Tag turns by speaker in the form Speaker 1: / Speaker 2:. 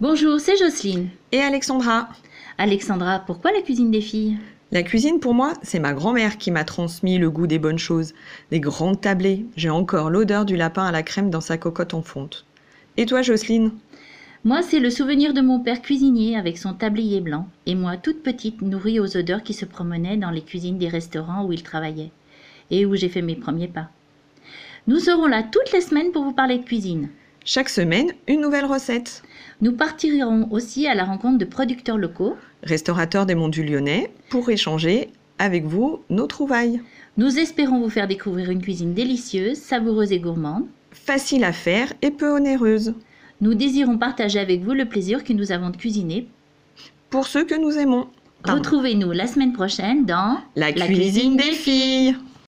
Speaker 1: Bonjour, c'est Jocelyne.
Speaker 2: Et Alexandra
Speaker 1: Alexandra, pourquoi la cuisine des filles
Speaker 2: La cuisine, pour moi, c'est ma grand-mère qui m'a transmis le goût des bonnes choses, des grandes tablées. J'ai encore l'odeur du lapin à la crème dans sa cocotte en fonte. Et toi, Jocelyne
Speaker 1: Moi, c'est le souvenir de mon père cuisinier avec son tablier blanc, et moi, toute petite, nourrie aux odeurs qui se promenaient dans les cuisines des restaurants où il travaillait, et où j'ai fait mes premiers pas. Nous serons là toutes les semaines pour vous parler de cuisine.
Speaker 2: Chaque semaine, une nouvelle recette.
Speaker 1: Nous partirons aussi à la rencontre de producteurs locaux.
Speaker 2: Restaurateur des Monts du Lyonnais, pour échanger avec vous nos trouvailles.
Speaker 1: Nous espérons vous faire découvrir une cuisine délicieuse, savoureuse et gourmande.
Speaker 2: Facile à faire et peu onéreuse,
Speaker 1: Nous désirons partager avec vous le plaisir que nous avons de cuisiner.
Speaker 2: pour ceux que nous aimons. Pardon.
Speaker 1: Retrouvez-nous la semaine prochaine dans
Speaker 2: La, cuisine, des filles.